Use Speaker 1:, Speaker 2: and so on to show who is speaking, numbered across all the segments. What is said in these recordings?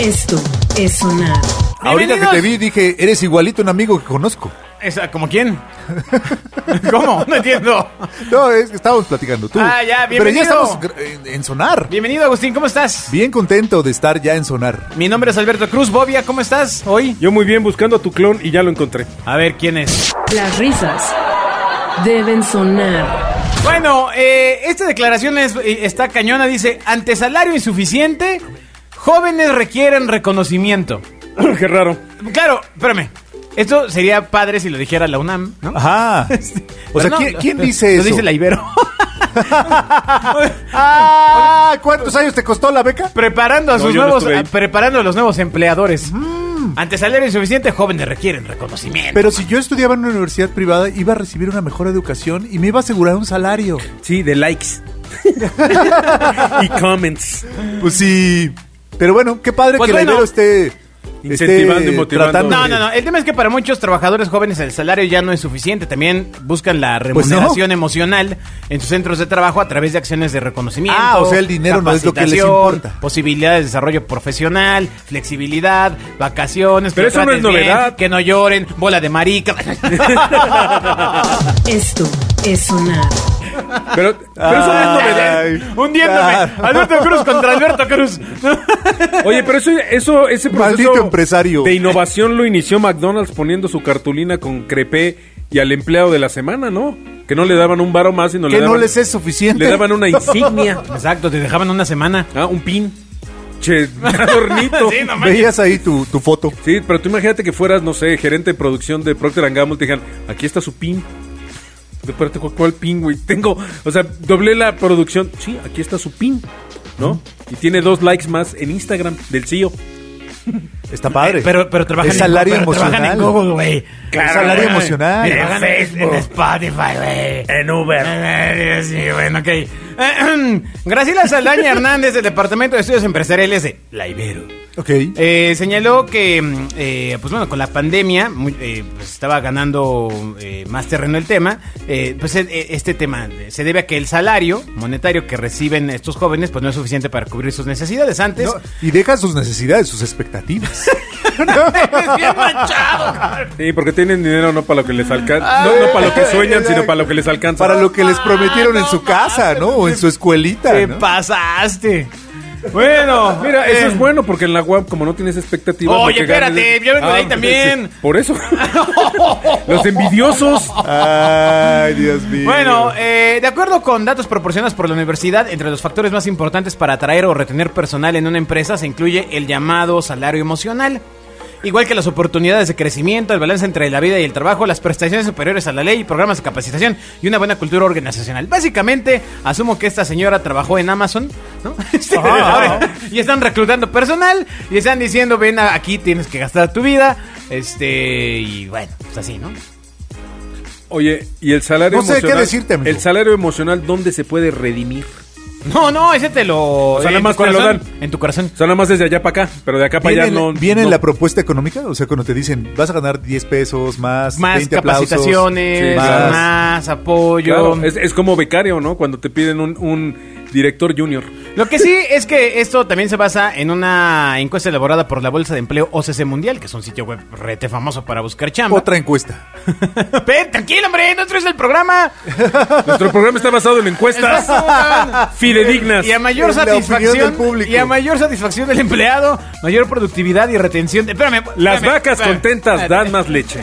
Speaker 1: Esto es sonar.
Speaker 2: Ahorita que te vi dije, eres igualito a un amigo que conozco.
Speaker 3: Esa, ¿Como quién? ¿Cómo? No entiendo.
Speaker 2: No, es que estábamos platicando tú.
Speaker 3: Ah, ya,
Speaker 2: Pero ya
Speaker 3: bienvenido.
Speaker 2: estamos gr- en, en sonar.
Speaker 3: Bienvenido, Agustín, ¿cómo estás?
Speaker 2: Bien contento de estar ya en sonar.
Speaker 3: Mi nombre es Alberto Cruz. Bobia, ¿cómo estás hoy?
Speaker 4: Yo muy bien buscando a tu clon y ya lo encontré.
Speaker 3: A ver, ¿quién es?
Speaker 1: Las risas deben sonar.
Speaker 3: Bueno, eh, esta declaración es- eh, está cañona. Dice, ante salario insuficiente, jóvenes requieren reconocimiento.
Speaker 4: Qué raro.
Speaker 3: Claro, espérame. Esto sería padre si lo dijera la UNAM, ¿no?
Speaker 2: Ajá. O
Speaker 3: Pero
Speaker 2: sea,
Speaker 3: no,
Speaker 2: ¿quién,
Speaker 3: lo-
Speaker 2: quién dice
Speaker 3: lo
Speaker 2: eso?
Speaker 3: dice la Ibero.
Speaker 2: Ah, ¿cuántos años te costó la beca?
Speaker 3: preparando a
Speaker 4: No,
Speaker 3: sus
Speaker 4: yo no
Speaker 3: nuevos,
Speaker 4: estuve ahí.
Speaker 3: a- preparando a los nuevos empleadores. Ante salario insuficiente, jóvenes requieren reconocimiento.
Speaker 2: Pero si yo estudiaba en una universidad privada, iba a recibir una mejor educación y me iba a asegurar un salario.
Speaker 4: Sí, de likes. y comments.
Speaker 2: Pues sí. Pero bueno, qué padre
Speaker 3: Pues
Speaker 2: que
Speaker 3: bueno.
Speaker 2: la Ibero esté...
Speaker 4: Incentivando
Speaker 2: esté
Speaker 4: y motivando.
Speaker 2: tratando
Speaker 3: No,
Speaker 2: de-
Speaker 3: no, no. El tema es que para muchos trabajadores jóvenes el salario ya no es suficiente. También buscan la
Speaker 2: Pues no.
Speaker 3: remuneración emocional en sus centros de trabajo a través de acciones de reconocimiento.
Speaker 2: Ah, o sea, el dinero no es lo que les
Speaker 3: capacitación,
Speaker 2: importa.
Speaker 3: Posibilidades de desarrollo profesional, flexibilidad, vacaciones. que
Speaker 4: Pero
Speaker 3: lo
Speaker 4: eso no
Speaker 3: trates
Speaker 4: es novedad.
Speaker 3: que no lloren, bola de marica.
Speaker 1: Esto es sonar.
Speaker 4: Pero, pero eso no es novedad.
Speaker 2: Ay,
Speaker 3: Hundiéndome.
Speaker 2: claro.
Speaker 3: Alberto Cruz contra Alberto Cruz.
Speaker 4: Oye, pero eso, eso ese proceso
Speaker 2: Maldito empresario.
Speaker 4: de innovación lo inició McDonald's poniendo su cartulina con crepé y al empleado de la semana, ¿no? Que no le daban un varo más, sino
Speaker 2: Que
Speaker 4: le daban,
Speaker 2: no les es suficiente.
Speaker 4: le daban una insignia,
Speaker 3: Exacto, te dejaban una semana.
Speaker 4: ah, un pin, che, adornito.
Speaker 3: Sí, no manches.
Speaker 2: Veías ahí tu, tu foto.
Speaker 4: Sí, pero tú imagínate que fueras, no sé, gerente de producción de Procter Gamble, te dijeran, aquí está su pin. De parte, ¿cu- ¿cuál pin, güey? Tengo, o sea, doblé la producción. Sí, aquí está su pin, ¿no? Y tiene dos likes más en Instagram del E CEO.
Speaker 2: Está padre.
Speaker 3: Pero, pero trabajan
Speaker 2: Es salario
Speaker 3: en, pero trabajan
Speaker 2: emocional.
Speaker 3: en Google, güey.
Speaker 2: Claro, salario
Speaker 3: güey.
Speaker 2: emocional.
Speaker 3: Trabajan
Speaker 2: En
Speaker 3: en, en Spotify, güey. En Uber. Sí, bueno, ok. Eh, Graciela Saldaña Hernández, del Departamento de Estudios Empresariales de La Ibero.
Speaker 2: Ok.
Speaker 3: Eh, señaló que, mm, eh, pues bueno, con la pandemia muy- eh, pues estaba ganando eh, más terreno el tema. Eh, pues eh, eh, este tema eh, se debe a que el salario monetario que reciben estos jóvenes pues no es suficiente para cubrir sus necesidades. Antes,
Speaker 2: No, y deja sus necesidades, sus expectativas.
Speaker 3: Es bien manchado, cabrón.
Speaker 4: Sí, porque tienen dinero no para lo que les alcanza, no, no para lo que sueñan,
Speaker 2: Exacto.
Speaker 4: sino para lo que les alcanza.
Speaker 2: Para lo que les prometieron en
Speaker 3: no
Speaker 2: su casa,
Speaker 3: mames,
Speaker 2: ¿no? O en su escuelita.
Speaker 3: Te
Speaker 2: ¿no?
Speaker 3: pasaste. Bueno,
Speaker 4: Mira,
Speaker 3: eh,
Speaker 4: eso es bueno porque en la web como no tienes expectativas...
Speaker 3: Oye,
Speaker 4: lo que ganes
Speaker 3: espérate,
Speaker 4: es- Ah,
Speaker 3: yo vengo de ahí también.
Speaker 4: Por eso. Los envidiosos.
Speaker 2: Ay, Dios mío.
Speaker 3: Bueno, eh, de acuerdo con datos proporcionados por la universidad, entre los factores más importantes para atraer o retener personal en una empresa se incluye el llamado salario emocional. Igual que las oportunidades de crecimiento, el balance entre la vida y el trabajo, las prestaciones superiores a la ley, programas de capacitación y una buena cultura organizacional. Básicamente, asumo que esta señora trabajó en Amazon, ¿no? Este,
Speaker 2: Ah,
Speaker 3: ahora, y están reclutando personal y están diciendo, ven a- aquí, tienes que gastar tu vida. Este, y bueno, pues así, ¿no?
Speaker 4: Oye, ¿y el salario
Speaker 2: No sé qué
Speaker 4: emocional?
Speaker 2: decirte, amigo.
Speaker 4: El salario emocional, ¿dónde se puede redimir?
Speaker 3: No, no, ese te lo. eh,
Speaker 4: sea,
Speaker 3: en
Speaker 4: nada más
Speaker 3: tu
Speaker 4: te lo
Speaker 3: corazón,
Speaker 4: dan.
Speaker 3: En tu corazón.
Speaker 4: O sea, nada más desde allá para acá, pero de acá para
Speaker 2: ¿Viene,
Speaker 4: allá no.
Speaker 2: viene
Speaker 4: no.
Speaker 2: la propuesta económica? O sea, cuando te dicen, vas a ganar 10 pesos más,
Speaker 3: Más
Speaker 2: 20 aplausos,
Speaker 3: capacitaciones,
Speaker 4: sí,
Speaker 3: más,
Speaker 4: claro.
Speaker 3: apoyo.
Speaker 4: Claro, es, es como becario, ¿no? Cuando te piden un, un director junior.
Speaker 3: Lo que sí es que esto también se basa en una encuesta elaborada por la Bolsa de Empleo OCC Mundial, que es un sitio web rete famoso para buscar chamba.
Speaker 2: Otra encuesta.
Speaker 3: Ven, tranquilo, hombre, nuestro es el programa.
Speaker 4: Nuestro programa está basado en encuestas fidedignas.
Speaker 3: Y a mayor
Speaker 2: Es la opinión del
Speaker 3: satisfacción
Speaker 2: público.
Speaker 3: y a mayor satisfacción del empleado, mayor productividad y retención. de- Espérame,
Speaker 4: Las
Speaker 3: espérame,
Speaker 4: vacas
Speaker 3: espérame.
Speaker 4: contentas dan más leche.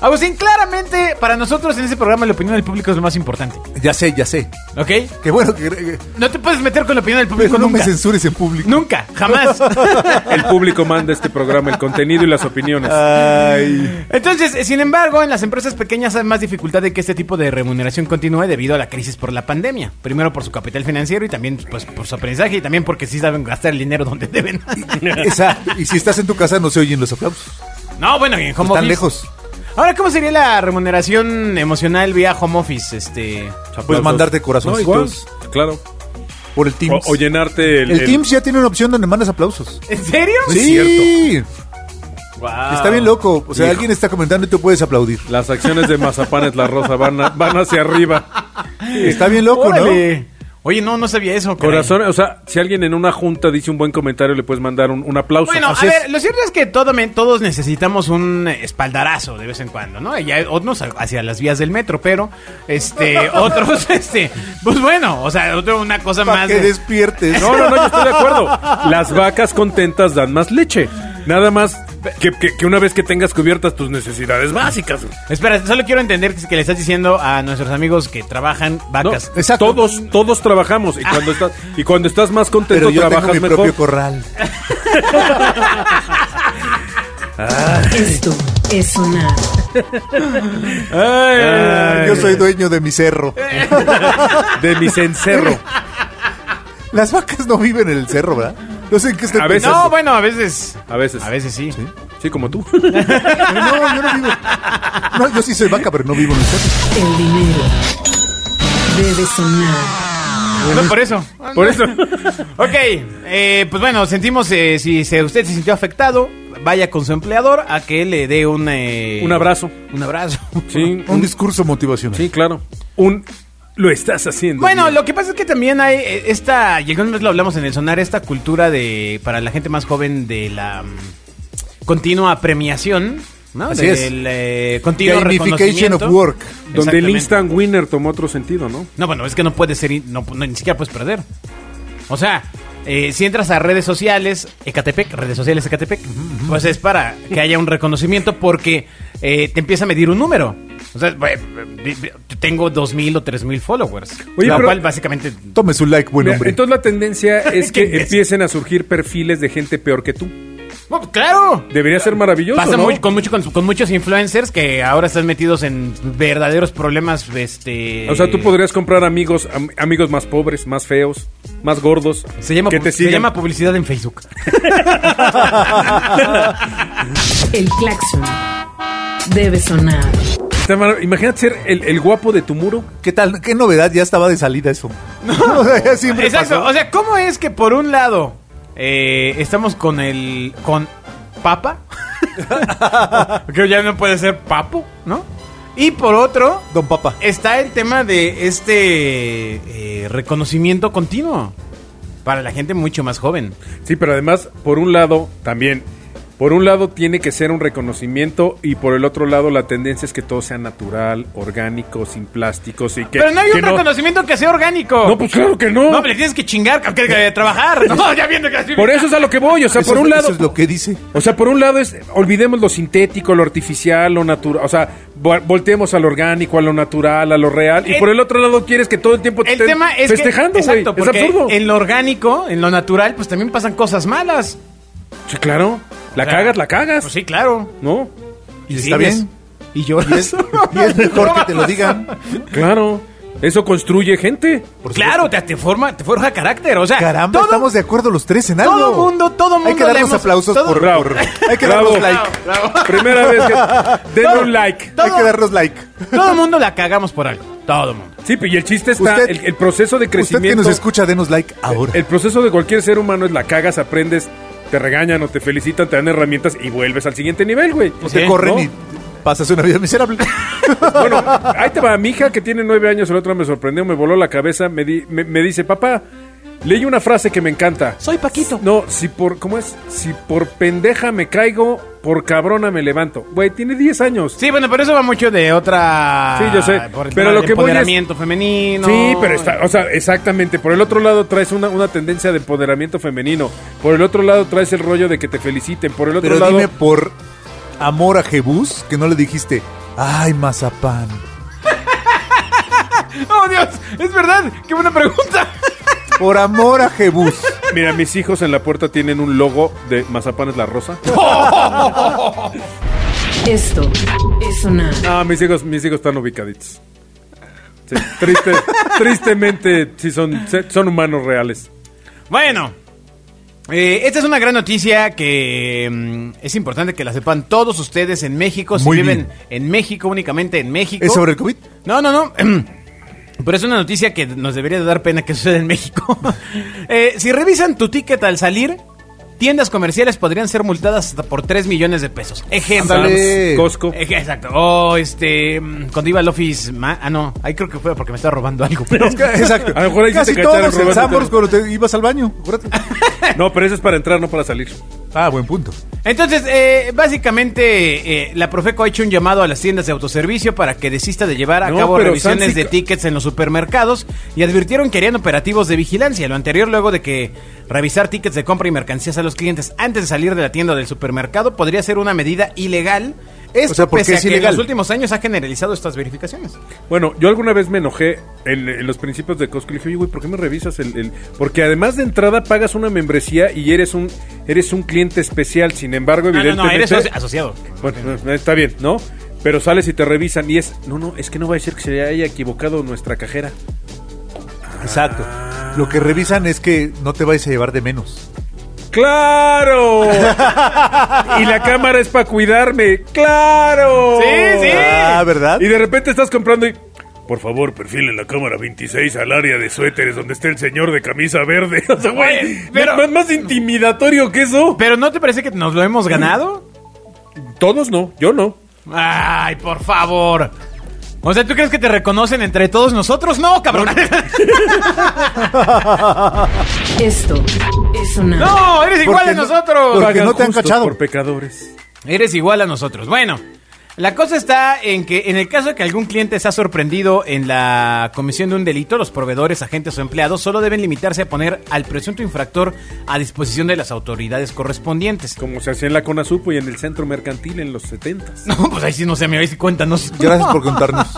Speaker 3: Agustín, claramente para nosotros en este programa la opinión del público es lo más importante.
Speaker 2: Ya sé, ya sé.
Speaker 3: ¿Ok?
Speaker 2: Qué bueno que...
Speaker 3: No te puedes meter con la opinión del público
Speaker 2: Pero no me
Speaker 3: nunca.
Speaker 2: censures en público.
Speaker 3: Nunca, jamás.
Speaker 4: El público manda este programa, el contenido y las opiniones.
Speaker 2: Ah, Ay.
Speaker 3: Entonces, sin embargo, en las empresas pequeñas hay más dificultad de que este tipo de remuneración continúe debido a la crisis por la pandemia. Primero por su capital financiero y también pues, por su aprendizaje y también porque sí saben gastar el dinero donde deben.
Speaker 2: Exacto. Y si estás en tu casa no se oyen los aplausos.
Speaker 3: no, bueno, y en home
Speaker 2: Están
Speaker 3: office.
Speaker 2: lejos.
Speaker 3: Ahora, ¿cómo sería la remuneración emocional vía home office? Este,
Speaker 2: Puedes mandarte corazoncitos
Speaker 4: No, igual, claro.
Speaker 2: por el Teams.
Speaker 4: O, o llenarte el.
Speaker 2: el, Teams ya tiene una opción donde mandas aplausos.
Speaker 3: ¿En serio?
Speaker 4: es cierto.
Speaker 3: Guau.
Speaker 2: Está
Speaker 4: Ah.
Speaker 2: bien loco. O sea,
Speaker 4: Hijo.
Speaker 2: alguien está comentando y tú puedes aplaudir.
Speaker 4: Las acciones de Mazapanes La Rosa van, a- van hacia arriba.
Speaker 2: Está bien loco,
Speaker 3: Órale. Oye, no, no sabía eso. caray.
Speaker 4: Corazón, o sea, si alguien en una junta dice un buen comentario, le puedes mandar un, un aplauso.
Speaker 3: Bueno, a
Speaker 4: Así es.
Speaker 3: ver, lo cierto es que todo me- todos necesitamos un espaldarazo de vez en cuando, ¿no? Y hay otros hacia las vías del metro, pero este otros este pues bueno, o sea, otro una cosa
Speaker 2: Para
Speaker 3: más
Speaker 2: que
Speaker 3: de-
Speaker 2: despiertes.
Speaker 4: No, no, no, yo estoy de acuerdo. Las vacas contentas dan más leche. Nada más que, que- que una vez que tengas cubiertas tus necesidades básicas.
Speaker 3: Espera, solo quiero entender que, que le estás diciendo a nuestros amigos que trabajan
Speaker 4: No,
Speaker 3: vacas.
Speaker 2: Exacto. Ah.
Speaker 4: Todos, todos trabajamos. Y cuando, estás, y cuando estás más contento,
Speaker 2: Pero yo tengo
Speaker 4: trabajas
Speaker 2: mi
Speaker 4: mejor.
Speaker 2: propio corral.
Speaker 1: Esto es sonar.
Speaker 4: Ay,
Speaker 2: Yo soy dueño de mi cerro.
Speaker 4: de mis encerro.
Speaker 2: Las vacas no viven en el cerro, ¿verdad? No sé en qué está
Speaker 4: A veces.
Speaker 3: No, bueno, a veces.
Speaker 4: A veces.
Speaker 3: A veces sí.
Speaker 4: Sí, como tú.
Speaker 2: No, yo no vivo. No, yo sí soy vaca, pero no vivo en el cerro.
Speaker 1: El dinero debe sonar.
Speaker 3: No, por eso.
Speaker 4: Por eso.
Speaker 3: Ok, eh, pues bueno, sentimos, eh, si se- usted se sintió afectado, vaya con su empleador a que le dé un... eh,
Speaker 4: Un abrazo.
Speaker 3: Un abrazo.
Speaker 4: Sí,
Speaker 2: Un discurso motivacional.
Speaker 4: sí, claro. Un. Lo estás haciendo.
Speaker 3: Bueno,
Speaker 4: bien.
Speaker 3: lo que pasa es que también hay eh, esta, y alguna vez lo hablamos en el sonar, esta cultura de, para la gente más joven, de la mm, continua premiación, ¿no?
Speaker 2: Así es.
Speaker 3: Del eh, continuo
Speaker 2: Gamification of
Speaker 3: reconocimiento.
Speaker 2: work.
Speaker 4: Donde el
Speaker 3: Exactamente.
Speaker 4: instant winner tomó otro sentido, ¿no?
Speaker 3: No, bueno, es que no puedes ser, in- no, no, ni siquiera puedes perder. O sea, eh, si entras a redes sociales, Ecatepec, redes sociales Ecatepec, pues es para que haya un reconocimiento porque eh, te empieza a medir un número. O sea, eh, bu- bu- bu- tengo 2.000 o 3.000 followers.
Speaker 4: Oye,
Speaker 3: lo
Speaker 4: pero-
Speaker 3: cual básicamente...
Speaker 2: Tome su like, buen
Speaker 4: Mira,
Speaker 2: hombre.
Speaker 4: entonces la tendencia es
Speaker 3: Qué
Speaker 4: que
Speaker 3: imbécil.
Speaker 4: empiecen a surgir perfiles de gente peor que tú.
Speaker 3: ¡No, pues, ¡Claro!
Speaker 4: Debería ser maravilloso.
Speaker 3: Pasa
Speaker 4: ¿no?
Speaker 3: muy- con, mucho, con, con muchos influencers que ahora están metidos en verdaderos problemas, este...
Speaker 4: O sea, tú podrías comprar amigos, am- amigos más pobres, más feos, más gordos.
Speaker 3: Se llama,
Speaker 4: que
Speaker 3: pu-
Speaker 4: te
Speaker 3: se
Speaker 4: sigan.
Speaker 3: llama publicidad en Facebook.
Speaker 1: El claxon debe sonar.
Speaker 4: Está mar- Imagínate ser el, el guapo de tu muro.
Speaker 2: ¿Qué tal? ¿Qué novedad? Ya estaba de salida eso. O sea, ya siempre
Speaker 3: Exacto,
Speaker 2: pasó.
Speaker 3: o sea, ¿cómo es que por un lado eh, estamos con el. con Papa? que ya no puede ser Papo, ¿no? Y por otro,
Speaker 2: Don Papa.
Speaker 3: está el tema de este eh, reconocimiento continuo para la gente mucho más joven.
Speaker 4: Sí, pero además, por un lado, también. Por un lado tiene que ser un reconocimiento y por el otro lado la tendencia es que todo sea natural, orgánico, sin plásticos y que...
Speaker 3: Pero no hay
Speaker 4: que
Speaker 3: un reconocimiento que sea orgánico.
Speaker 4: No, pues claro que no.
Speaker 3: No, pero le tienes que chingar, que, que- que trabajar. No, ya viendo que así-
Speaker 4: Por eso es a lo que voy, o sea,
Speaker 2: Eso
Speaker 4: por
Speaker 2: es-
Speaker 4: un lado...
Speaker 2: Eso es lo que dice.
Speaker 4: O sea, por un lado es, olvidemos lo sintético, lo artificial, lo natural, o sea, vo- volteemos a lo orgánico, a lo natural, a lo real, y
Speaker 3: El-
Speaker 4: por el otro lado quieres que todo el tiempo
Speaker 3: El
Speaker 4: estén
Speaker 3: tema es
Speaker 4: festejando,
Speaker 3: que,
Speaker 4: güey.
Speaker 3: exacto,
Speaker 4: Es
Speaker 3: porque
Speaker 4: absurdo.
Speaker 3: en lo orgánico, en lo natural, pues también pasan cosas malas.
Speaker 4: Sí, claro. La
Speaker 3: O sea,
Speaker 4: cagas, la cagas.
Speaker 3: Pues sí, claro.
Speaker 4: ¿No?
Speaker 2: Y está
Speaker 3: sigues.
Speaker 2: bien.
Speaker 3: Y yo
Speaker 2: Y es, y es mejor que te lo digan.
Speaker 4: Claro. Eso construye gente.
Speaker 3: Claro, te, te forma, te forja carácter, o sea,
Speaker 2: Caramba,
Speaker 3: todo-
Speaker 2: estamos de acuerdo los tres en algo.
Speaker 3: todo mundo- todo
Speaker 2: Hay
Speaker 3: mundo
Speaker 2: que
Speaker 3: le
Speaker 2: darnos
Speaker 3: hemos-
Speaker 2: aplausos
Speaker 3: todo-
Speaker 2: por,
Speaker 4: Bravo.
Speaker 2: por- Hay que
Speaker 4: Bravo.
Speaker 2: darnos like.
Speaker 3: Bravo.
Speaker 4: Primera vez que den un like.
Speaker 3: Todo-
Speaker 2: Hay que darnos like.
Speaker 3: todo el mundo la cagamos por algo, todo el mundo.
Speaker 4: Sí, pero y el chiste está,
Speaker 2: Usted-
Speaker 4: el, el proceso de
Speaker 2: Usted
Speaker 4: crecimiento.
Speaker 2: que nos escucha, denos like ahora.
Speaker 4: El proceso de cualquier ser humano es la cagas, aprendes, te regañan o te felicitan, te dan herramientas y vuelves al siguiente nivel, güey.
Speaker 2: O
Speaker 3: Pues sí,
Speaker 2: te corren
Speaker 4: ¿no?
Speaker 2: y pasas una vida miserable.
Speaker 4: Bueno, ahí te va, mi hija que tiene nueve años, el otro me sorprendió, me voló la cabeza, me, di- me, me dice, papá, leí una frase que me encanta.
Speaker 3: Soy Paquito.
Speaker 4: No, si por, ¿cómo es? Si por pendeja me caigo, por cabrona me levanto. Güey, tiene 10 años.
Speaker 3: Sí, bueno, pero eso va mucho de otra
Speaker 4: Sí, yo sé,
Speaker 3: por el
Speaker 4: pero
Speaker 3: tema
Speaker 4: lo
Speaker 3: de
Speaker 4: que voy es-
Speaker 3: empoderamiento femenino.
Speaker 4: Sí, pero está, o sea, exactamente. Por el otro lado traes una, una tendencia de empoderamiento femenino. Por el otro lado traes el rollo de que te feliciten. Por el otro
Speaker 2: Pero
Speaker 4: lado.
Speaker 2: dime por amor a Jebús que no le dijiste, ay, mazapán.
Speaker 3: Oh, Dios, es verdad, qué buena pregunta.
Speaker 2: Por amor a Jebús.
Speaker 4: Mira, mis hijos en la puerta tienen un logo de Mazapán es la rosa.
Speaker 1: Esto es sonar.
Speaker 4: Ah, mis hijos, mis hijos están ubicaditos. Sí, triste, tristemente, sí son, se- son humanos reales.
Speaker 3: Bueno, eh, esta es una gran noticia que mm, es importante que la sepan todos ustedes en México, si
Speaker 2: Muy
Speaker 3: viven
Speaker 2: bien.
Speaker 3: en México, únicamente en México.
Speaker 2: ¿Es sobre el COVID?
Speaker 3: No, no, no. Pero es una noticia que nos debería de dar pena que suceda en México. Eh, si revisan tu ticket al salir, Tiendas comerciales podrían ser multadas hasta por 3 millones de pesos. Ejemplo.
Speaker 2: Ándale.
Speaker 4: Sam's, Costco.
Speaker 3: Eje- Exacto. Oh, este. mm, Cuando iba al office. ma- ah, no. Ahí creo que fue porque me estaba robando algo. pero-
Speaker 2: Exacto.
Speaker 4: A lo mejor ahí sí
Speaker 2: Casi
Speaker 4: te cacharon
Speaker 2: todos en
Speaker 4: robando.
Speaker 2: Sambors cuando te ibas al baño. acuérdate.
Speaker 4: No, pero eso es para entrar, no para salir.
Speaker 2: Ah, buen punto.
Speaker 3: Entonces, eh, básicamente, eh, la Profeco ha hecho un llamado a las tiendas de autoservicio para que desista de llevar a
Speaker 4: No,
Speaker 3: cabo
Speaker 4: pero
Speaker 3: revisiones
Speaker 4: Sansi-
Speaker 3: de tickets en los supermercados y advirtieron que harían operativos de vigilancia. Lo anterior, luego de que revisar tickets de compra y mercancías a los clientes antes de salir de la tienda o del supermercado podría ser una medida ilegal. Esto
Speaker 2: O sea, ¿por qué
Speaker 3: pese a
Speaker 2: es
Speaker 3: que
Speaker 2: ilegal?
Speaker 3: en los últimos años ha generalizado estas verificaciones.
Speaker 4: Bueno, yo alguna vez me enojé en, en los principios de Costco. Le dije, oye, güey, ¿por qué me revisas el, el-?" Porque además de entrada pagas una membresía y eres un eres un cliente especial. Sin embargo,
Speaker 3: No, no,
Speaker 4: evidentemente...
Speaker 3: no, eres aso- asociado.
Speaker 4: Bueno, no, está bien, ¿no? Pero sales y te revisan y es... No, no, es que no va a decir que se haya equivocado nuestra cajera.
Speaker 2: Exacto. Lo que revisan es que no te vayas a llevar de menos.
Speaker 4: ¡Claro! y la cámara es para cuidarme. ¡Claro!
Speaker 3: Sí, sí.
Speaker 2: Ah, ¿verdad?
Speaker 4: Y de repente estás comprando y... Por favor, perfilen la cámara 26 al área de suéteres donde está el señor de camisa verde. O sea, güey,
Speaker 3: Oye, pero-
Speaker 4: más, más intimidatorio que eso.
Speaker 3: Pero ¿no te parece que nos lo hemos ganado?
Speaker 4: Todos no, yo no.
Speaker 3: Ay, por favor. O sea, ¿tú crees que te reconocen entre todos nosotros? No, cabrón.
Speaker 1: Esto es sonar.
Speaker 3: No, eres igual
Speaker 2: Porque
Speaker 3: a
Speaker 2: no-
Speaker 3: nosotros.
Speaker 2: Porque
Speaker 4: Pagan
Speaker 2: no te han
Speaker 4: justos
Speaker 2: cachado.
Speaker 4: Por pecadores.
Speaker 3: Eres igual a nosotros. Bueno, la cosa está en que en el caso de que algún cliente sea sorprendido en la comisión de un delito, los proveedores, agentes o empleados solo deben limitarse a poner al presunto infractor a disposición de las autoridades correspondientes.
Speaker 4: Como se hacía en la Conasupo y en el centro mercantil en los 70
Speaker 3: No, pues ahí sí no se me habéis cuéntanos.
Speaker 2: Gracias por contarnos.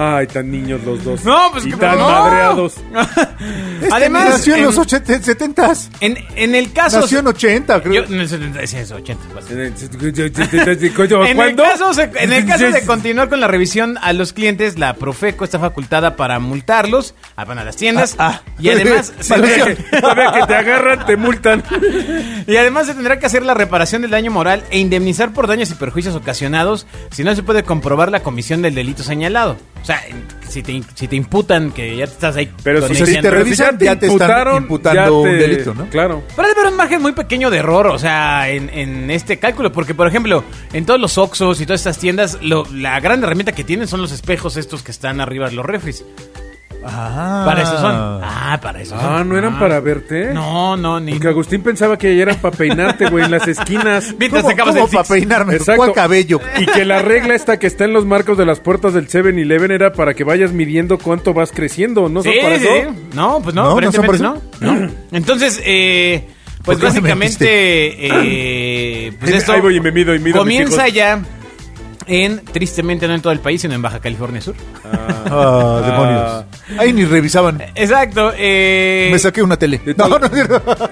Speaker 4: Ay, tan niños los dos.
Speaker 3: No, pues
Speaker 4: y
Speaker 3: que-
Speaker 4: tan
Speaker 3: no.
Speaker 4: madreados.
Speaker 2: Esta
Speaker 3: Además,
Speaker 2: Este nació en,
Speaker 3: en-
Speaker 2: los 80, 70s.
Speaker 3: En, en el caso...
Speaker 2: Nació en 80, creo.
Speaker 3: Yo- en el 70, sí, es 80, pues. En el,
Speaker 4: ¿Cuándo?
Speaker 3: caso, se- en el caso de continuar con la revisión a los clientes, la Profeco está facultada para multarlos, ah, bueno, a las tiendas,
Speaker 2: Ah, ah.
Speaker 3: y además se
Speaker 4: Sabía que, sabía que te agarran, te multan.
Speaker 3: Y además se tendrá que hacer la reparación del daño moral e indemnizar por daños y perjuicios ocasionados si no se puede comprobar la comisión del delito señalado. O sea, si te, si te imputan que ya te estás ahí.
Speaker 4: Pero
Speaker 2: si
Speaker 3: con
Speaker 2: se
Speaker 3: el-
Speaker 2: te
Speaker 3: pero,
Speaker 2: revi- revisan, ya te están imputando
Speaker 4: ya
Speaker 2: un delito, ¿no?
Speaker 4: Claro.
Speaker 3: ha de haber un margen muy pequeño de error, o sea, en, en este cálculo, porque por ejemplo, en todos los Oxxos y todas estas tiendas, lo- la gran herramienta que tienen son los espejos estos que están arriba de los refris.
Speaker 2: Ah.
Speaker 3: Para eso son. Ah, para eso son.
Speaker 4: Ah, ¿no eran para verte?
Speaker 3: No, no, ni.
Speaker 4: Porque Agustín pensaba que eran para peinarte, güey, en las esquinas.
Speaker 3: Mientras
Speaker 2: ¿Cómo,
Speaker 3: sacabas
Speaker 2: cómo
Speaker 3: el
Speaker 2: para
Speaker 3: six.
Speaker 2: peinarme?
Speaker 4: Exacto.
Speaker 2: ¿Cuál cabello?
Speaker 4: Y que la regla esta que está en los marcos de las puertas del 7-Eleven era para que vayas midiendo cuánto vas creciendo, ¿no? son
Speaker 3: Sí,
Speaker 4: para
Speaker 3: sí,
Speaker 4: eso?
Speaker 3: sí. No, pues no,
Speaker 2: No, no son
Speaker 3: aparentemente
Speaker 2: para
Speaker 3: no. No. Entonces, eh,
Speaker 2: ¿Por
Speaker 3: pues
Speaker 2: qué me
Speaker 3: básicamente, eh, pues
Speaker 4: Ahí-
Speaker 3: esto
Speaker 4: ahí voy y me mido y mido a mis
Speaker 3: comienza
Speaker 4: hijos.
Speaker 3: ya en, tristemente no en todo el país, sino en Baja California Sur.
Speaker 2: Ah, demonios. Ahí ni revisaban.
Speaker 3: Exacto. eh,
Speaker 2: Me saqué una tele.
Speaker 4: de
Speaker 2: No,
Speaker 4: todo-
Speaker 2: no, no.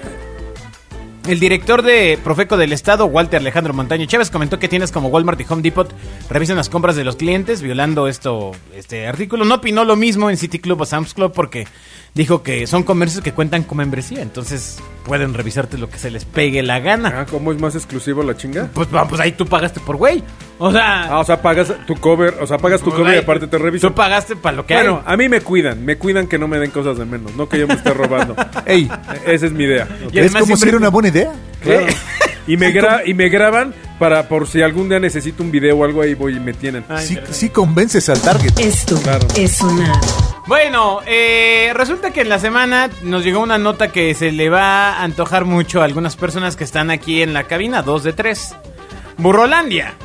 Speaker 3: El director de Profeco del Estado, Walter Alejandro Montaño Chávez, comentó que tiendas como Walmart y Home Depot revisan las compras de los clientes, violando esto, este artículo. No opinó lo mismo en City Club o Sam's Club porque dijo que son comercios que cuentan con membresía, entonces pueden revisarte lo que se les pegue la gana.
Speaker 4: Ah, ¿cómo es más exclusivo la chinga?
Speaker 3: Pues, va, pues ahí tú pagaste por güey. O sea, pues
Speaker 4: Ah, o sea, pagas tu cover, o sea, pagas tu cover y
Speaker 3: ahí
Speaker 4: aparte te revisan.
Speaker 3: Tú pagaste para lo que
Speaker 4: Bueno,
Speaker 3: hay.
Speaker 4: a mí me cuidan, me cuidan que no me den cosas de menos, no que yo me esté robando. E-,
Speaker 2: Ey,
Speaker 4: Esa es mi idea.
Speaker 3: Y
Speaker 2: ¿ves
Speaker 3: además
Speaker 2: como si
Speaker 3: siempre-
Speaker 2: era una buena idea?
Speaker 4: Claro. Y me, gra- y me graban para por si algún día necesito un video o algo ahí voy y me tienen.
Speaker 2: Sí, sí convences al target.
Speaker 1: Esto
Speaker 4: Claro.
Speaker 1: es sonar.
Speaker 3: Bueno, eh, resulta que en la semana nos llegó una nota que se le va a antojar mucho a algunas personas que están aquí en la cabina, dos de tres. Burrolandia,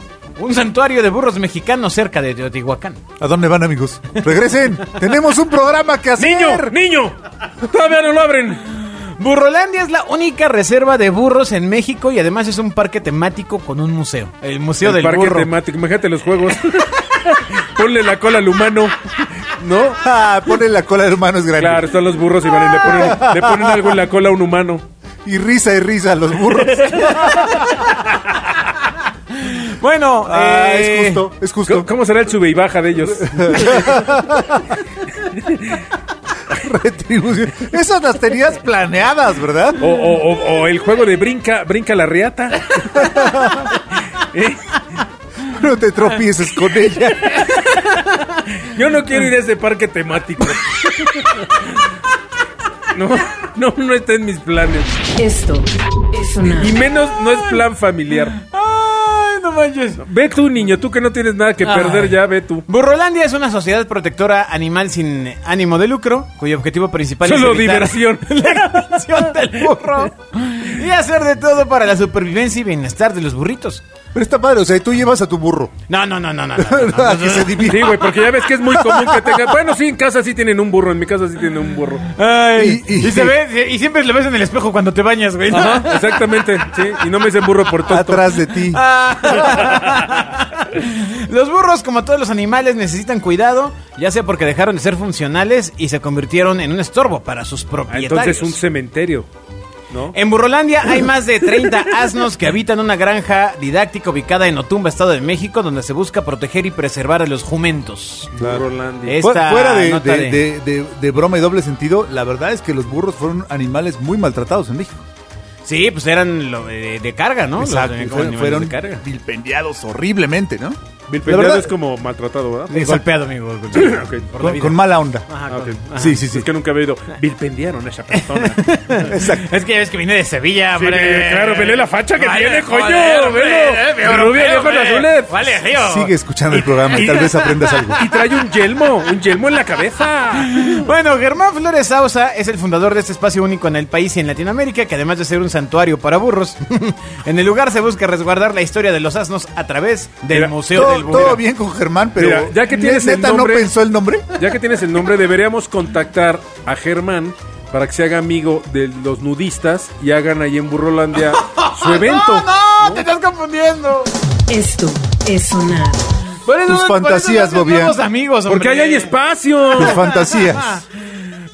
Speaker 3: un santuario de burros mexicanos cerca de Teotihuacán.
Speaker 2: ¿A dónde van, amigos? ¡Regresen! ¡Tenemos un programa que hacer!
Speaker 4: ¡Niño! ¡Niño! ¡Todavía no lo abren!
Speaker 3: Burrolandia es la única reserva de burros en México y además es un parque temático con un museo. El Museo
Speaker 4: El
Speaker 3: del
Speaker 4: parque
Speaker 3: Burro.
Speaker 4: temático, imagínate los juegos. Ponle la cola al humano.
Speaker 2: ¿No? Ah, ponle la cola de humano es grande.
Speaker 4: Claro, están los burros y van y le ponen, le ponen algo en la cola a un humano.
Speaker 2: Y risa y risa a los burros.
Speaker 3: Bueno,
Speaker 2: Ah,
Speaker 3: eh,
Speaker 2: es justo, es
Speaker 4: ¿Cómo,
Speaker 2: justo.
Speaker 4: cómo será el sube y baja de ellos?
Speaker 2: Retribución. Esas las tenías planeadas, ¿verdad?
Speaker 4: O, o- o- o el juego de brinca, brinca la riata. ¿Eh?
Speaker 2: No te tropieces con ella.
Speaker 4: Yo no quiero ir a ese parque temático. No, no, no está en mis planes.
Speaker 1: Esto es Es una.
Speaker 4: Y menos no es plan familiar.
Speaker 3: Ay, no manches.
Speaker 4: Ve tú, niño, tú que no tienes nada que perder
Speaker 2: Ah.
Speaker 3: Ay.
Speaker 4: ya, ve tú.
Speaker 3: Burrolandia es una sociedad protectora animal sin ánimo de lucro, cuyo objetivo principal
Speaker 4: Solo
Speaker 3: es evitar
Speaker 4: diversión.
Speaker 3: la extinción del burro y hacer de todo para la supervivencia y bienestar de los burritos.
Speaker 2: Pero está padre, o sea, tú llevas a tu burro.
Speaker 3: No, no, no, no, no. no, no, no.
Speaker 2: a que se divida.
Speaker 4: Sí, güey, porque ya ves que es muy común que tengan. Bueno, sí, en casa sí tienen un burro, en mi casa sí tienen un burro.
Speaker 3: Ay, y,
Speaker 2: Y- y-
Speaker 3: se ve, y siempre lo ves en el espejo cuando te bañas, güey.
Speaker 4: Ajá, exactamente, sí. Y no me dicen burro por tonto.
Speaker 2: Atrás de ti.
Speaker 3: Ah. los burros, como todos los animales, necesitan cuidado, ya sea porque dejaron de ser funcionales y se convirtieron en un estorbo para sus
Speaker 4: Ah,
Speaker 3: propietarios.
Speaker 4: Entonces un cementerio, ¿no?
Speaker 3: En Burrolandia hay más de 30 asnos que habitan una granja didáctica ubicada en Otumba, Estado de México, donde se busca proteger y preservar a los jumentos.
Speaker 4: Burrolandia.
Speaker 3: Es-
Speaker 2: Fu-
Speaker 3: esta
Speaker 2: Fuera de,
Speaker 3: nota de-
Speaker 2: de- de- de- de broma y doble sentido, la verdad es que los burros fueron animales muy maltratados en México.
Speaker 3: Sí, pues eran lo de, de carga, ¿no? Los tenían como
Speaker 2: fueron,
Speaker 3: animales
Speaker 2: fueron
Speaker 3: de carga.
Speaker 2: vilpendiados horriblemente, ¿no?
Speaker 4: Vilpendiado
Speaker 2: La verdad-
Speaker 4: es como maltratado, ¿verdad?
Speaker 3: Sí, golpeado, amigo.
Speaker 4: Ah,
Speaker 3: golpeado.
Speaker 4: ok.
Speaker 3: Por la
Speaker 2: Con,
Speaker 3: vida.
Speaker 2: con mala onda.
Speaker 3: Ajá,
Speaker 4: Ah,
Speaker 3: con-
Speaker 4: ok.
Speaker 2: pues, Sí, sí, sí.
Speaker 4: Es que nunca había ido. Vilpendiaron a esa persona.
Speaker 2: Exacto.
Speaker 3: Es que ya ves que vine de Sevilla,
Speaker 4: Sí,
Speaker 3: hombre.
Speaker 4: claro, vele la facha que tiene, coño,
Speaker 3: joder,
Speaker 4: velo.
Speaker 3: hombre, veo
Speaker 4: Rubio,
Speaker 3: europeo,
Speaker 4: ojos
Speaker 3: hombre.
Speaker 4: azules.
Speaker 3: Vale, tío.
Speaker 2: Sigue escuchando el programa y tal vez aprendas algo.
Speaker 4: Y trae un yelmo, un yelmo en la cabeza.
Speaker 3: Bueno, Germán Flores Sausa es el fundador de este espacio único en el país y en Latinoamérica, que además de ser un santuario para burros, en el lugar se busca resguardar la historia de los asnos a través del
Speaker 4: Mira,
Speaker 3: Museo
Speaker 2: Todo,
Speaker 3: del
Speaker 2: todo
Speaker 3: Burro.
Speaker 2: bien con Germán, pero
Speaker 4: Mira, ya que
Speaker 2: ne-
Speaker 4: tienes el
Speaker 2: neta
Speaker 4: nombre-
Speaker 2: no pensó el nombre.
Speaker 4: Ya que tienes el nombre, deberíamos contactar a Germán para que se haga amigo de los nudistas y hagan ahí en Burrolandia su evento.
Speaker 3: Ah, ¡No, no! ¡Te estás confundiendo!
Speaker 1: Esto es sonar.
Speaker 3: Por eso- por
Speaker 2: Tus
Speaker 3: eso
Speaker 2: fantasías,
Speaker 3: no
Speaker 2: Bobián.
Speaker 3: somos amigos,
Speaker 4: Porque ahí
Speaker 3: hombre. Ah.
Speaker 4: hay espacio.
Speaker 2: Tus
Speaker 3: Pues,
Speaker 2: fantasías.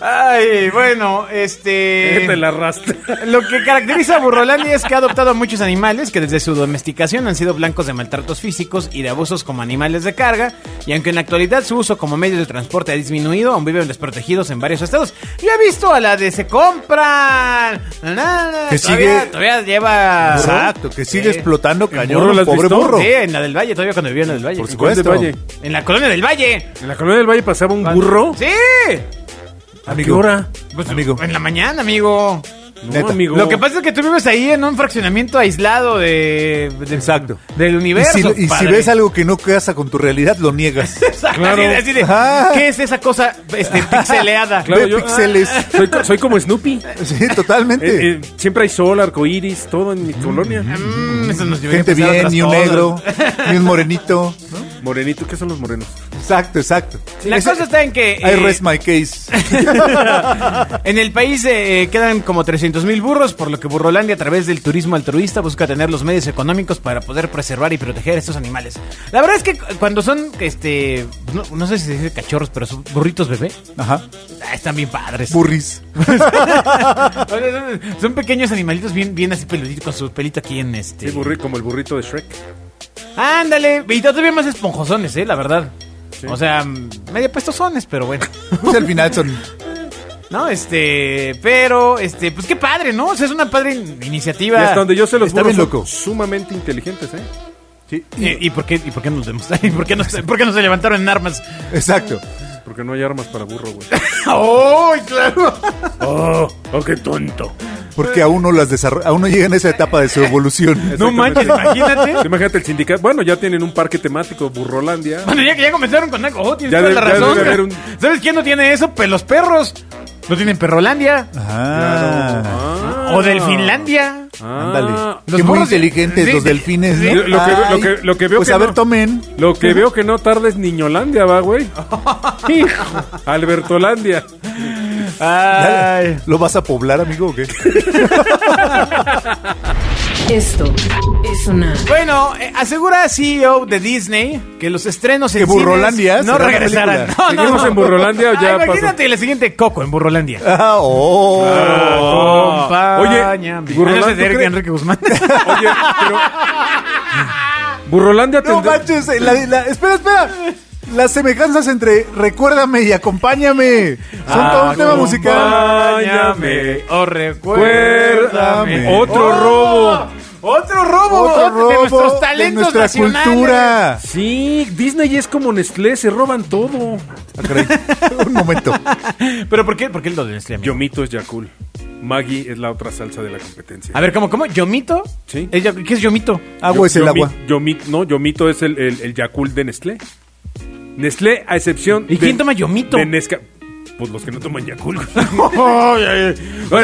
Speaker 3: Ay, bueno, este...
Speaker 4: Te la arrastra.
Speaker 3: Lo que caracteriza a Burrolandia es que ha adoptado a muchos animales que desde su domesticación han sido blancos de maltratos físicos y de abusos como animales de carga. Y aunque en la actualidad su uso como medio de transporte ha disminuido, aún viven desprotegidos en varios estados. Yo he visto a la de se compran. Na, na, na. todavía,
Speaker 2: Que sigue-
Speaker 3: todavía lleva.
Speaker 2: Exacto, que sigue
Speaker 3: Sí.
Speaker 2: explotando cañón.
Speaker 4: burro lo has
Speaker 2: pobre
Speaker 4: visto?
Speaker 2: burro.
Speaker 3: Sí, en la del Valle, todavía cuando vivía en la del Valle.
Speaker 2: Por supuesto.
Speaker 4: Valle.
Speaker 3: En la colonia del Valle.
Speaker 4: En la colonia del Valle pasaba un burro.
Speaker 3: Sí.
Speaker 2: Amigo.
Speaker 4: ¿A qué hora?
Speaker 3: Pues,
Speaker 2: Amigo.
Speaker 3: En la mañana, amigo.
Speaker 4: No,
Speaker 2: Neta.
Speaker 4: amigo.
Speaker 3: Lo que pasa es que tú vives ahí en un fraccionamiento aislado de, de-
Speaker 2: Exacto.
Speaker 3: del
Speaker 2: Y
Speaker 3: universo.
Speaker 2: si, y si
Speaker 3: padre.
Speaker 2: ves algo que no casa con tu realidad, lo niegas.
Speaker 3: Exacto,
Speaker 4: Claro.
Speaker 3: así de- así de,
Speaker 2: Ajá.
Speaker 3: ¿Qué es esa cosa este, pixeleada?
Speaker 4: Claro,
Speaker 2: Ve
Speaker 4: yo- ah,
Speaker 2: pixeles.
Speaker 4: Soy, co- soy como Snoopy.
Speaker 2: Sí, totalmente.
Speaker 4: Eh, eh, siempre hay sol, arcoíris, todo en mi colonia.
Speaker 3: Mm, eso nos lleva a
Speaker 2: Gente
Speaker 3: pensar
Speaker 2: bien,
Speaker 3: otras
Speaker 2: ni un
Speaker 3: cosas.
Speaker 2: negro, ni un morenito. ¿no?
Speaker 4: Morenito, ¿qué son los morenos?
Speaker 2: Exacto, exacto.
Speaker 3: La
Speaker 2: Ese-
Speaker 3: cosa está en que
Speaker 2: I
Speaker 3: eh,
Speaker 2: rest my case.
Speaker 3: en el país eh, quedan como 300 mil burros, por lo que Burrolandia a través del turismo altruista busca tener los medios económicos para poder preservar y proteger estos animales. La verdad es que cu- cuando son, este, no, no sé si se dice cachorros, pero son burritos bebé,
Speaker 2: Ajá.
Speaker 3: ah, están bien padres.
Speaker 2: Burris.
Speaker 3: O sea, son- Son pequeños animalitos bien, bien así peluditos con su pelito aquí en este.
Speaker 4: Sí, burri- como el burrito de Shrek.
Speaker 3: Ándale, y todavía más esponjosones, eh, la verdad. O sea, mm, medio pestosones, pero bueno.
Speaker 2: Pues al final son.
Speaker 3: No, este, pero, este, pues qué padre, ¿no? O sea, es una padre in-
Speaker 4: Y
Speaker 3: iniciativa.
Speaker 4: hasta donde yo sé los
Speaker 2: Está
Speaker 4: burros
Speaker 2: bien
Speaker 4: son
Speaker 2: loco.
Speaker 4: sumamente inteligentes, ¿eh?
Speaker 2: Sí,
Speaker 3: ¿Y, y por qué, y por qué nos demostraron? ¿Y por qué, nos, por qué nos se levantaron en armas?
Speaker 2: Exacto.
Speaker 4: Porque no hay armas para burro, güey.
Speaker 3: ¡Ay, claro!
Speaker 4: ¡Oh! ¡Oh, qué tonto!
Speaker 2: Porque aún no las desarro- aún no llegan a esa etapa de su evolución.
Speaker 3: No manches, imagínate.
Speaker 4: Imagínate el sindicato. Bueno, ya tienen un parque temático, Burrolandia.
Speaker 3: Bueno, ya que ya comenzaron con algo, oh, tienes
Speaker 4: Ya
Speaker 3: toda
Speaker 4: debe-
Speaker 3: la
Speaker 4: ya
Speaker 3: razón.
Speaker 4: debe haber un-
Speaker 3: ¿Sabes quién no tiene eso? Pues los perros. No tienen perrolandia.
Speaker 2: Ajá.
Speaker 4: Ah.
Speaker 3: O delfinlandia.
Speaker 4: Ah.
Speaker 2: Ándale.
Speaker 3: Los
Speaker 2: que muy
Speaker 3: burros-
Speaker 2: inteligentes
Speaker 3: sí,
Speaker 2: los
Speaker 3: sí,
Speaker 2: delfines,
Speaker 3: sí.
Speaker 2: ¿no?
Speaker 4: Lo que veo- lo que-
Speaker 2: Ay,
Speaker 4: lo que veo
Speaker 2: Pues
Speaker 4: que
Speaker 2: a ver,
Speaker 4: no.
Speaker 2: tomen.
Speaker 4: Lo que veo que no tarda es Niñolandia, va, güey. Hijo. Albertolandia.
Speaker 3: Ay.
Speaker 2: Dale. ¿Lo vas a poblar, amigo, o qué?
Speaker 1: Esto es sonar.
Speaker 3: Bueno, eh, asegura CEO de Disney que los estrenos en
Speaker 2: Que
Speaker 3: cines
Speaker 2: Burrolandia
Speaker 3: no
Speaker 2: será la
Speaker 3: regresarán.
Speaker 2: película.
Speaker 3: No, no,
Speaker 4: ¿Seguimos
Speaker 3: no.
Speaker 4: en Burrolandia o ya
Speaker 3: Ah, Imagínate la siguiente Coco en Burrolandia.
Speaker 2: Ah, oh.
Speaker 4: Oh. Oye,
Speaker 3: Oh, Acompáñame. Ah, no,
Speaker 4: Burrolandia,
Speaker 3: ese es
Speaker 4: ¿tú
Speaker 3: Eric
Speaker 4: crees?
Speaker 3: Enrique Guzmán.
Speaker 4: Oye, pero. Burrolandia
Speaker 2: No
Speaker 4: tendrá-
Speaker 2: manches, eh, la- la- espera, espera. Las semejanzas entre Recuérdame y Acompáñame son todo un tema musical.
Speaker 4: Acompáñame,
Speaker 3: o
Speaker 4: recuérdame. Otro robo.
Speaker 3: Oh, Otro robo.
Speaker 2: Otro
Speaker 3: de nuestros
Speaker 2: robo
Speaker 3: talentos
Speaker 2: de nuestra
Speaker 3: nacionales.
Speaker 2: cultura.
Speaker 4: Sí, Disney es como Nestlé, se roban todo.
Speaker 2: Ah, caray. Un momento.
Speaker 3: Pero ¿por qué? ¿Por qué el de Nestlé? amigo?
Speaker 4: Yomito es Yakul. Maggi es la otra salsa de la competencia.
Speaker 3: A ver, ¿cómo, cómo? ¿Yomito?
Speaker 4: Sí.
Speaker 3: Es yo- ¿Qué es Yomito?
Speaker 2: Agua es el agua.
Speaker 4: Yomito, no, Yomito es el, el, el Yakult de Nestlé. Nestlé, a excepción.
Speaker 3: ¿Y
Speaker 4: de-
Speaker 3: quién toma Yomito?
Speaker 4: De Nesca. Pues los que no toman Yakult.
Speaker 3: O sea,
Speaker 4: Bueno, ya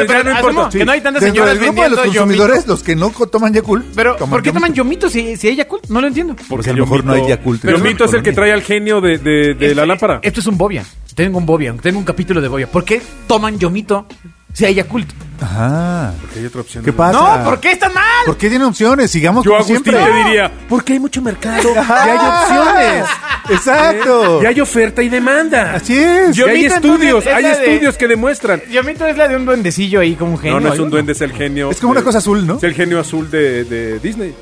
Speaker 3: pero
Speaker 4: no
Speaker 3: asumo
Speaker 4: importa.
Speaker 3: que no hay tantas
Speaker 2: Dentro
Speaker 3: señoras
Speaker 2: del grupo de los
Speaker 3: vendiendo
Speaker 2: consumidores,
Speaker 3: Yomito.
Speaker 2: los que no co- toman Yakult.
Speaker 3: Pero, ¿por qué toman
Speaker 2: Yakult.
Speaker 3: Yomito si, si hay Yakult? No lo entiendo.
Speaker 2: Porque a lo mejor no hay Yakult en
Speaker 4: Pero
Speaker 2: esas
Speaker 4: Yomito es el que
Speaker 2: colonias.
Speaker 4: trae al genio de, de- de
Speaker 3: Esto-
Speaker 4: la lámpara.
Speaker 3: Esto es un Bobia. Tengo un Bobia. Tengo un capítulo de Bobia. ¿Por qué toman Yomito si hay Yakult?
Speaker 2: Ajá.
Speaker 4: Porque hay otra opción.
Speaker 2: ¿Qué pasa?
Speaker 3: No, ¿por qué está mal?
Speaker 2: ¿Por qué tiene opciones? Sigamos
Speaker 4: Yo,
Speaker 2: como
Speaker 4: Agustín,
Speaker 2: siempre.
Speaker 4: te diría, porque hay mucho mercado.
Speaker 2: Ajá.
Speaker 4: Y hay opciones.
Speaker 2: Exacto.
Speaker 4: Y hay oferta y demanda.
Speaker 2: Así es.
Speaker 4: Y hay
Speaker 3: Yomito, entonces,
Speaker 4: estudios,
Speaker 3: es
Speaker 4: hay
Speaker 3: la de-
Speaker 4: estudios que demuestran.
Speaker 3: Yomito es la de un duendecillo ahí como un genio.
Speaker 4: No, no es un
Speaker 3: ¿no?
Speaker 4: duende, es el genio.
Speaker 2: Es como una
Speaker 4: de-
Speaker 2: cosa azul, ¿no?
Speaker 4: Es el genio azul de, de Disney.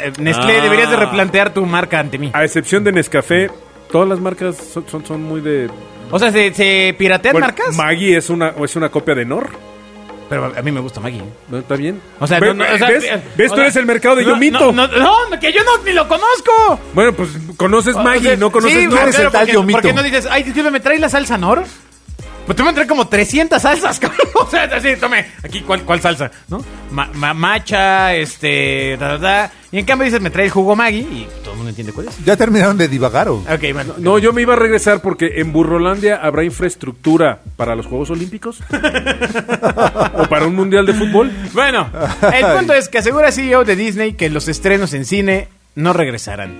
Speaker 3: Eh, Nestlé,
Speaker 4: Ah.
Speaker 3: deberías de replantear tu marca ante mí.
Speaker 4: A excepción de Nescafé, todas las marcas son, son, son muy de.
Speaker 3: O sea, ¿se, se piratean
Speaker 4: Bueno,
Speaker 3: marcas?
Speaker 4: Maggi es una, es una copia de Nor.
Speaker 3: Pero a mí me gusta Maggie.
Speaker 4: ¿No está bien?
Speaker 3: O sea,
Speaker 4: Ve-
Speaker 3: no, no, o sea,
Speaker 4: ¿Ves?
Speaker 3: eh,
Speaker 4: ¿Ves?
Speaker 3: o
Speaker 4: Tú
Speaker 3: sea,
Speaker 4: eres el mercado de
Speaker 3: no,
Speaker 4: Yomito.
Speaker 3: No, no, no, que yo no ni lo conozco.
Speaker 4: Bueno, pues conoces Maggi,
Speaker 3: O sea,
Speaker 4: no conoces
Speaker 3: Ah, sí,
Speaker 4: Nor.
Speaker 2: eres el
Speaker 3: pero
Speaker 2: tal
Speaker 3: ¿por qué-
Speaker 2: Yomito.
Speaker 3: ¿Por qué no dices, ay, discúlpeme, trae la salsa Nor? Pues te voy a traer como 300 salsas, cabrón. O sea, así, tome, aquí, ¿cuál, cuál salsa? ¿No? Ma- ma- macha, este, ta, ta, ta. Y en cambio dices, me trae el jugo Maggi y todo el mundo entiende cuál es.
Speaker 2: Ya terminaron de divagar. ¿o?
Speaker 3: Ok, bueno.
Speaker 4: No, yo me iba a regresar porque en Burrolandia habrá infraestructura para los Juegos Olímpicos o para un Mundial de Fútbol.
Speaker 3: Bueno, el punto es que asegura CEO de Disney que los estrenos en cine no regresarán.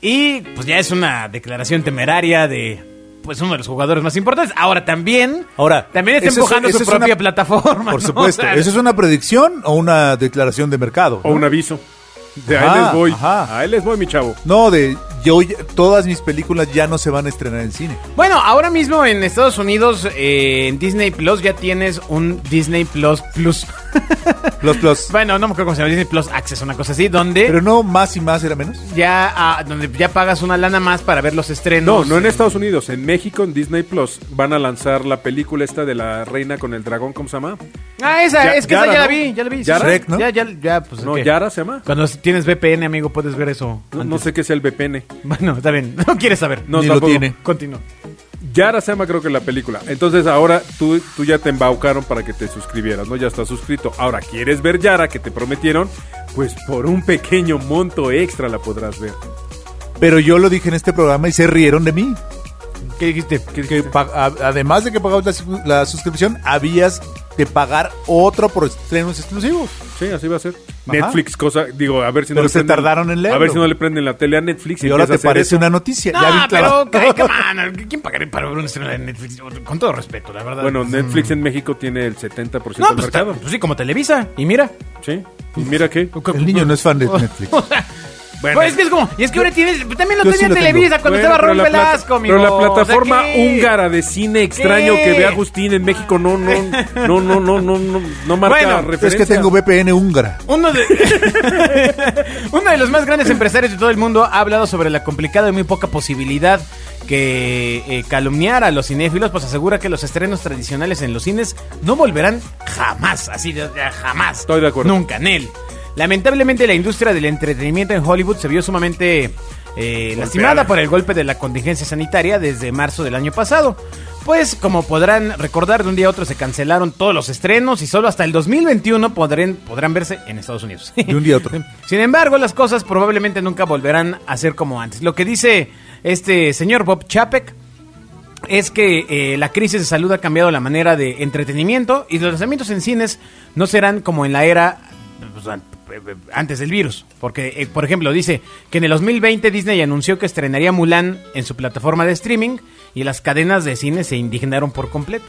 Speaker 3: Y pues ya es una declaración temeraria de pues uno de los jugadores más importantes. Ahora también,
Speaker 2: Ahora,
Speaker 3: también está
Speaker 2: esa es-
Speaker 3: empujando
Speaker 2: esa
Speaker 3: su
Speaker 2: es una-
Speaker 3: propia plataforma.
Speaker 2: Por
Speaker 3: ¿no?
Speaker 2: supuesto.
Speaker 3: O sea,
Speaker 2: ¿Eso es una predicción o una declaración de mercado?
Speaker 3: Oh.
Speaker 4: O un aviso. De ahí
Speaker 2: Ajá,
Speaker 4: les voy.
Speaker 2: ajá.
Speaker 4: Ahí les voy, mi chavo.
Speaker 2: No, de yo ya- todas mis películas ya no se van a estrenar en cine.
Speaker 3: Bueno, ahora mismo en Estados Unidos, eh, en Disney Plus ya tienes un Disney Plus Plus.
Speaker 2: Los plus.
Speaker 3: bueno, no me acuerdo cómo se llama, Disney Plus Access, una cosa así, donde
Speaker 2: Pero no más y más era menos.
Speaker 3: ya ah, donde ya pagas una lana más para ver los
Speaker 4: No,
Speaker 3: estrenos.
Speaker 4: no en Estados Unidos, en México, en Disney Plus, van a lanzar la película esta de la reina con el dragón, ¿cómo se llama?
Speaker 3: Ah, esa,
Speaker 4: Ya-
Speaker 3: es que
Speaker 4: Yara,
Speaker 3: esa ya la
Speaker 4: ¿no?
Speaker 3: vi, ya la vi. sí.
Speaker 4: Yara.
Speaker 2: Shrek, ¿no?
Speaker 3: Ya, ya, ya, pues.
Speaker 4: No,
Speaker 3: ¿qué?
Speaker 4: Yara se llama.
Speaker 3: Cuando tienes VPN, amigo, puedes ver eso.
Speaker 4: No,
Speaker 3: antes.
Speaker 4: no sé qué es el VPN.
Speaker 3: Bueno, está bien, no quieres saber.
Speaker 4: No,
Speaker 2: Ni lo
Speaker 4: tampoco.
Speaker 2: tiene.
Speaker 3: Continúa.
Speaker 4: Yara se llama creo que la película. Entonces ahora tú, tú ya te embaucaron para que te suscribieras, ¿no? Ya estás suscrito. Ahora, ¿quieres ver Yara que te prometieron? Pues por un pequeño monto extra la podrás ver.
Speaker 2: Pero yo lo dije en este programa y se rieron de mí.
Speaker 3: ¿Qué dijiste?
Speaker 2: Que pa- a- además de que pagabas la, su- la suscripción, habías de pagar otro por estrenos exclusivos.
Speaker 4: Sí, así va a ser.
Speaker 2: Ajá.
Speaker 4: Netflix, cosa, digo, a ver si
Speaker 2: Pero
Speaker 4: no
Speaker 2: se
Speaker 4: prenden-
Speaker 2: tardaron en leerlo.
Speaker 4: A ver si no le prenden la tele a Netflix
Speaker 2: Y ahora
Speaker 4: empieza a
Speaker 2: te
Speaker 4: hacer
Speaker 2: parece
Speaker 4: eso.
Speaker 2: una noticia.
Speaker 3: No,
Speaker 2: ya vi clavado.
Speaker 3: pero, caray, come on, ¿quién pagaría para ver un estreno de Netflix? Con todo respeto, la verdad.
Speaker 4: Bueno,
Speaker 2: Mm.
Speaker 4: Netflix en México tiene el 70%
Speaker 3: no,
Speaker 4: del
Speaker 3: pues, está-
Speaker 4: mercado.
Speaker 3: pues sí, como Televisa. Y mira.
Speaker 4: Sí. Y mira qué.
Speaker 2: El niño no es fan de Netflix.
Speaker 3: O sea,
Speaker 4: Bueno.
Speaker 3: pues es que es como, y es que ahora tienes, pues también lo
Speaker 2: Yo sí
Speaker 3: tenía
Speaker 2: lo tengo.
Speaker 3: Televisa cuando
Speaker 4: Bueno,
Speaker 3: estaba
Speaker 4: pero
Speaker 3: Raúl
Speaker 4: la plata-
Speaker 3: Velasco, amigo.
Speaker 4: Pero la
Speaker 3: O sea,
Speaker 4: plataforma
Speaker 3: ¿qué?
Speaker 4: húngara de cine extraño
Speaker 3: ¿Qué?
Speaker 4: que ve Agustín en México no, no, no, no, no, no, no, no marca
Speaker 3: Bueno,
Speaker 4: referencia.
Speaker 2: Es que tengo VPN húngara.
Speaker 3: Uno de, uno de los más grandes empresarios de todo el mundo ha hablado sobre la complicada y muy poca posibilidad que eh, calumniar a los cinéfilos, pues asegura que los estrenos tradicionales en los cines no volverán jamás, así de- de- jamás.
Speaker 4: Estoy de acuerdo.
Speaker 3: Nunca, Nel. Lamentablemente la industria del entretenimiento en Hollywood se vio sumamente eh, lastimada por el golpe de la contingencia sanitaria desde marzo del año pasado. Pues como podrán recordar, de un día a otro se cancelaron todos los estrenos y solo hasta el 2021 podrán, podrán verse en Estados Unidos.
Speaker 2: De un día a otro.
Speaker 3: Sin embargo, las cosas probablemente nunca volverán a ser como antes. Lo que dice este señor Bob Chapek es que eh, la crisis de salud ha cambiado la manera de entretenimiento y los lanzamientos en cines no serán como en la era pues, an- antes del virus. Porque, eh, por ejemplo, dice que en el 2020 Disney anunció que estrenaría Mulan en su plataforma de streaming y las cadenas de cine se indignaron por completo.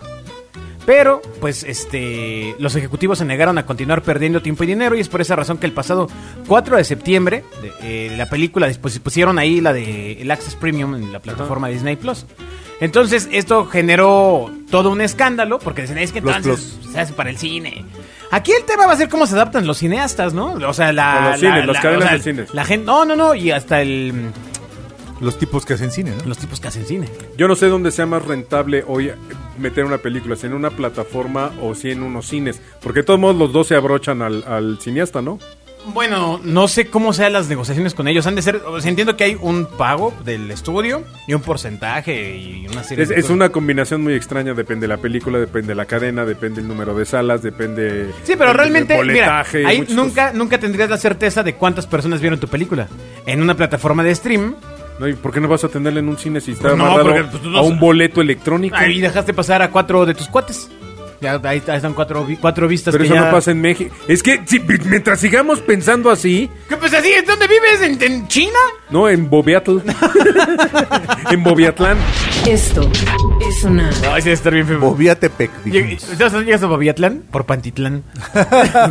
Speaker 3: Pero, pues, este, los ejecutivos se negaron a continuar perdiendo tiempo y dinero y es por esa razón que el pasado 4 de septiembre de, eh, la película pues, pusieron ahí la de el Access Premium en la plataforma Disney Plus. Entonces esto generó todo un escándalo porque dicen es que
Speaker 2: Los
Speaker 3: entonces se hace para el cine. Aquí el tema va a ser cómo se adaptan los cineastas, ¿no? O sea, la
Speaker 4: O los cines,
Speaker 3: la-
Speaker 4: las
Speaker 3: la-
Speaker 4: cadenas
Speaker 3: o sea,
Speaker 4: de cines.
Speaker 3: La gente, no, no, no, y hasta el
Speaker 2: Los tipos que hacen cine, ¿no?
Speaker 3: los tipos que hacen cine.
Speaker 4: Yo no sé dónde sea más rentable hoy meter una película, si en una plataforma o si en unos cines. Porque de todos modos los dos se abrochan al, al cineasta, ¿no?
Speaker 3: Bueno, no sé cómo sean las negociaciones con ellos. Han de ser. o sea, entiendo que hay un pago del estudio y un porcentaje y una serie
Speaker 4: Es,
Speaker 3: de
Speaker 4: es
Speaker 3: cosas.
Speaker 4: una combinación muy extraña, depende de la película, depende de la cadena, depende el número de salas, depende.
Speaker 3: Sí, pero
Speaker 4: depende del
Speaker 3: realmente, mira,
Speaker 4: boletaje,
Speaker 3: ahí
Speaker 4: muchas
Speaker 3: nunca, nunca tendrías la certeza de cuántas personas vieron tu película. En una plataforma de stream,
Speaker 4: cosas. No, ¿y ¿Por qué no vas a tenerla en un cine si está
Speaker 3: Pues no,
Speaker 4: amarrado
Speaker 3: porque, pues, tú no
Speaker 4: a
Speaker 3: sabes.
Speaker 4: un boleto electrónico?
Speaker 3: ahí dejaste pasar a cuatro de tus cuates. Ya, ahí ahí están cuatro, vi- cuatro vistas
Speaker 4: pero
Speaker 3: que
Speaker 4: eso
Speaker 3: ya-
Speaker 4: no pasa en México. Es que si- mientras sigamos pensando así,
Speaker 3: ¿Qué pues así? ¿Dónde vives? ¿En, en China?
Speaker 4: no, en Bobeatl. en Bobiatlán.
Speaker 1: Esto es sonar.
Speaker 3: Ay, sí, estar bien feo.
Speaker 2: Bobiatepec, dijimos.
Speaker 4: eh,
Speaker 3: ¿Llegas a Babiatlán? Por Pantitlán.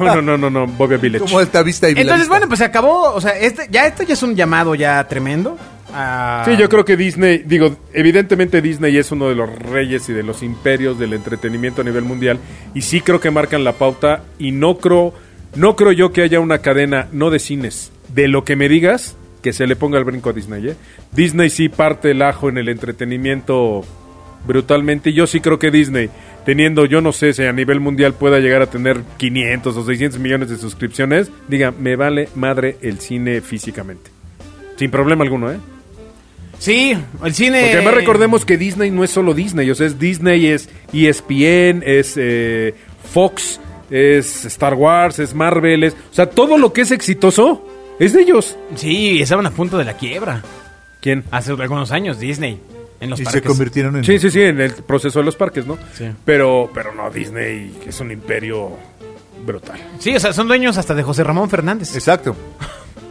Speaker 4: No, no, no, no, no, Bobia Village.
Speaker 2: Como Alta Vista y
Speaker 3: Entonces,
Speaker 2: Entonces,
Speaker 3: bueno, pues se acabó. O sea, este, ya esto ya es un llamado ya tremendo. Ah, a-
Speaker 4: Sí, yo creo que Disney, digo, evidentemente Disney es uno de los reyes y de los imperios del entretenimiento a nivel mundial y sí creo que marcan la pauta y no creo, no creo yo que haya una cadena, no de cines, de lo que me digas, que se le ponga el brinco a Disney, ¿eh? Disney sí parte el ajo en el entretenimiento brutalmente y yo sí creo que Disney, teniendo, yo no sé si a nivel mundial pueda llegar a tener 500 o 600 millones de suscripciones, diga, me vale madre el cine físicamente. Sin problema alguno, ¿eh?
Speaker 3: Sí, el cine.
Speaker 4: Porque además recordemos que Disney no es solo Disney, o sea, es Disney, es E ESPN, es eh, Fox, es Star Wars, es Marvel, es, o sea, todo lo que es exitoso es de ellos.
Speaker 3: Sí, estaban a punto de la quiebra.
Speaker 4: ¿Quién?
Speaker 3: Hace algunos años, Disney. En los
Speaker 2: y se
Speaker 3: parques.
Speaker 2: convirtieron en...
Speaker 4: pues, Sí, sí, sí, en el proceso de los parques, ¿no?
Speaker 3: Sí.
Speaker 4: Pero, pero no, Disney es un imperio brutal.
Speaker 3: Sí, o sea, son dueños hasta de José Ramón Fernández.
Speaker 2: Exacto.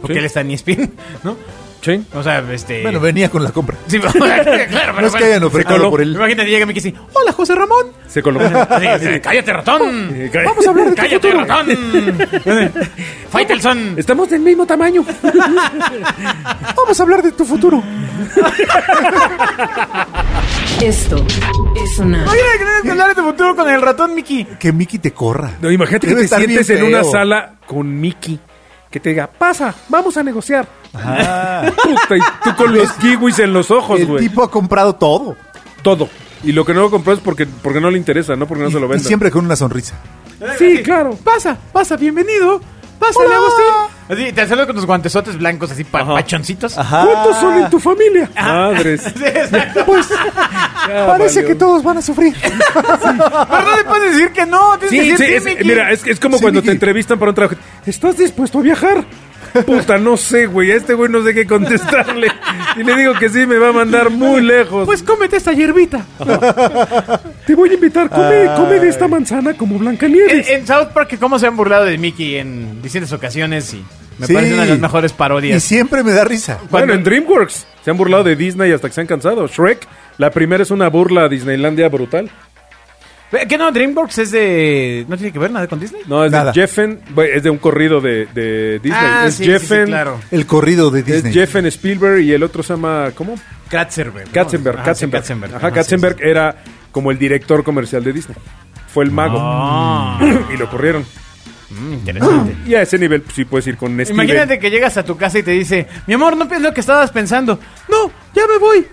Speaker 3: porque
Speaker 4: sí.
Speaker 3: él está en E ESPN, ¿no?
Speaker 4: ¿Sí?
Speaker 3: O sea,
Speaker 4: Eh.
Speaker 3: este.
Speaker 2: Bueno, venía con la compra.
Speaker 3: Sí, pero- claro, pero
Speaker 2: No es que
Speaker 3: bueno.
Speaker 2: hayan ofertado
Speaker 4: Ah, no.
Speaker 2: por él.
Speaker 3: Imagínate, llega Mickey y dice: Hola, José Ramón.
Speaker 4: Se colocó.
Speaker 3: Así, así, cállate, ratón.
Speaker 4: Eh, ca- Vamos a hablar de tu
Speaker 3: Cállate,
Speaker 4: futuro.
Speaker 3: ratón. Faitelson.
Speaker 4: Estamos del mismo tamaño.
Speaker 2: Vamos a hablar de tu futuro.
Speaker 1: Esto es sonar.
Speaker 3: Oye, ¿quieres hablar de tu futuro con el ratón, Mickey?
Speaker 2: Que Mickey te corra.
Speaker 4: No, imagínate que
Speaker 2: Debe
Speaker 4: te
Speaker 2: estar bien
Speaker 4: sientes en una
Speaker 2: feo.
Speaker 4: sala con Mickey. Que te diga, pasa, vamos a negociar.
Speaker 2: Ajá.
Speaker 4: Puta, y tú con los kiwis en los ojos,
Speaker 2: El
Speaker 4: Pues, güey.
Speaker 2: tipo ha comprado todo.
Speaker 4: Todo. Y lo que no lo compró es porque, porque no le interesa, ¿no? Porque no se lo
Speaker 2: Y- y
Speaker 4: venden.
Speaker 2: siempre con una sonrisa.
Speaker 4: Sí, claro.
Speaker 3: Pasa, pasa, bienvenido. Pásale, Agustín. Así, te saludo con tus guantesotes blancos, así, pa- pachoncitos.
Speaker 4: ¿Cuántos son en tu familia? Ah. Madres. Ah,
Speaker 3: Sí, exacto.
Speaker 2: Pues parece que todos van a sufrir.
Speaker 3: Pero no le puedes decir que no. Tienes
Speaker 4: Sí,
Speaker 3: que
Speaker 4: sí,
Speaker 3: decir
Speaker 4: es,
Speaker 3: sí, Mickey.
Speaker 4: mira, es, es como
Speaker 2: Sí,
Speaker 4: cuando
Speaker 2: Mickey.
Speaker 4: te entrevistan para un trabajo. ¿Estás dispuesto a viajar? Puta, no sé, güey. A este güey no sé qué contestarle. Y le digo que sí, me va a mandar muy lejos.
Speaker 3: Pues cómete esta hierbita.
Speaker 4: te voy a invitar. Come, come de esta
Speaker 2: Ay.
Speaker 4: manzana como Blancanieves.
Speaker 3: En, en South Park, ¿cómo se han burlado de Mickey en distintas ocasiones? Y me
Speaker 2: Sí.
Speaker 3: parece una de las mejores
Speaker 2: Y
Speaker 3: parodias.
Speaker 2: siempre me da risa.
Speaker 4: Bueno, en DreamWorks. Se han burlado de Disney hasta que se han cansado. Shrek, la primera es una burla a Disneylandia brutal.
Speaker 3: Eh, ¿Qué no? DreamWorks es de. ¿No tiene que ver nada con Disney?
Speaker 4: No, es
Speaker 2: Nada.
Speaker 4: de Jeffen, bueno, es de un corrido de, de Disney.
Speaker 3: Ah,
Speaker 4: es
Speaker 3: sí, sí, sí,
Speaker 4: Jeffen,
Speaker 3: claro.
Speaker 2: El corrido de
Speaker 4: es
Speaker 2: Disney.
Speaker 4: Jeffen Spielberg y el otro se llama, ¿cómo?
Speaker 3: Katzenberg. ¿no?
Speaker 4: Katzenberg.
Speaker 3: Ajá, sí,
Speaker 4: Katzenberg.
Speaker 3: Katzenberg.
Speaker 4: Ajá,
Speaker 3: Ajá,
Speaker 4: Katzenberg
Speaker 3: sí,
Speaker 4: era como el director comercial de Disney. Fue el mago.
Speaker 3: Ah.
Speaker 4: Y lo corrieron.
Speaker 3: sí. Mm, interesante.
Speaker 4: Y a ese nivel pues, sí puedes ir con Steven.
Speaker 3: Imagínate que llegas a tu casa y te dice, mi amor, no pienso lo que estabas pensando. No, ya me voy.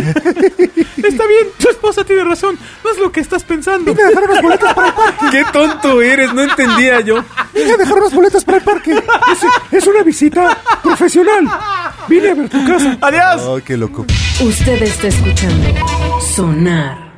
Speaker 3: Está bien, tu esposa tiene razón. No es lo que estás pensando.
Speaker 2: Vine a dejar unos boletos para el parque.
Speaker 4: Qué tonto eres, no entendía yo.
Speaker 2: Vine a dejar unos boletos para el parque.
Speaker 4: Es, es una visita profesional. Vine a ver tu casa.
Speaker 3: Adiós.
Speaker 2: Oh, qué loco.
Speaker 1: Usted está escuchando Sonar.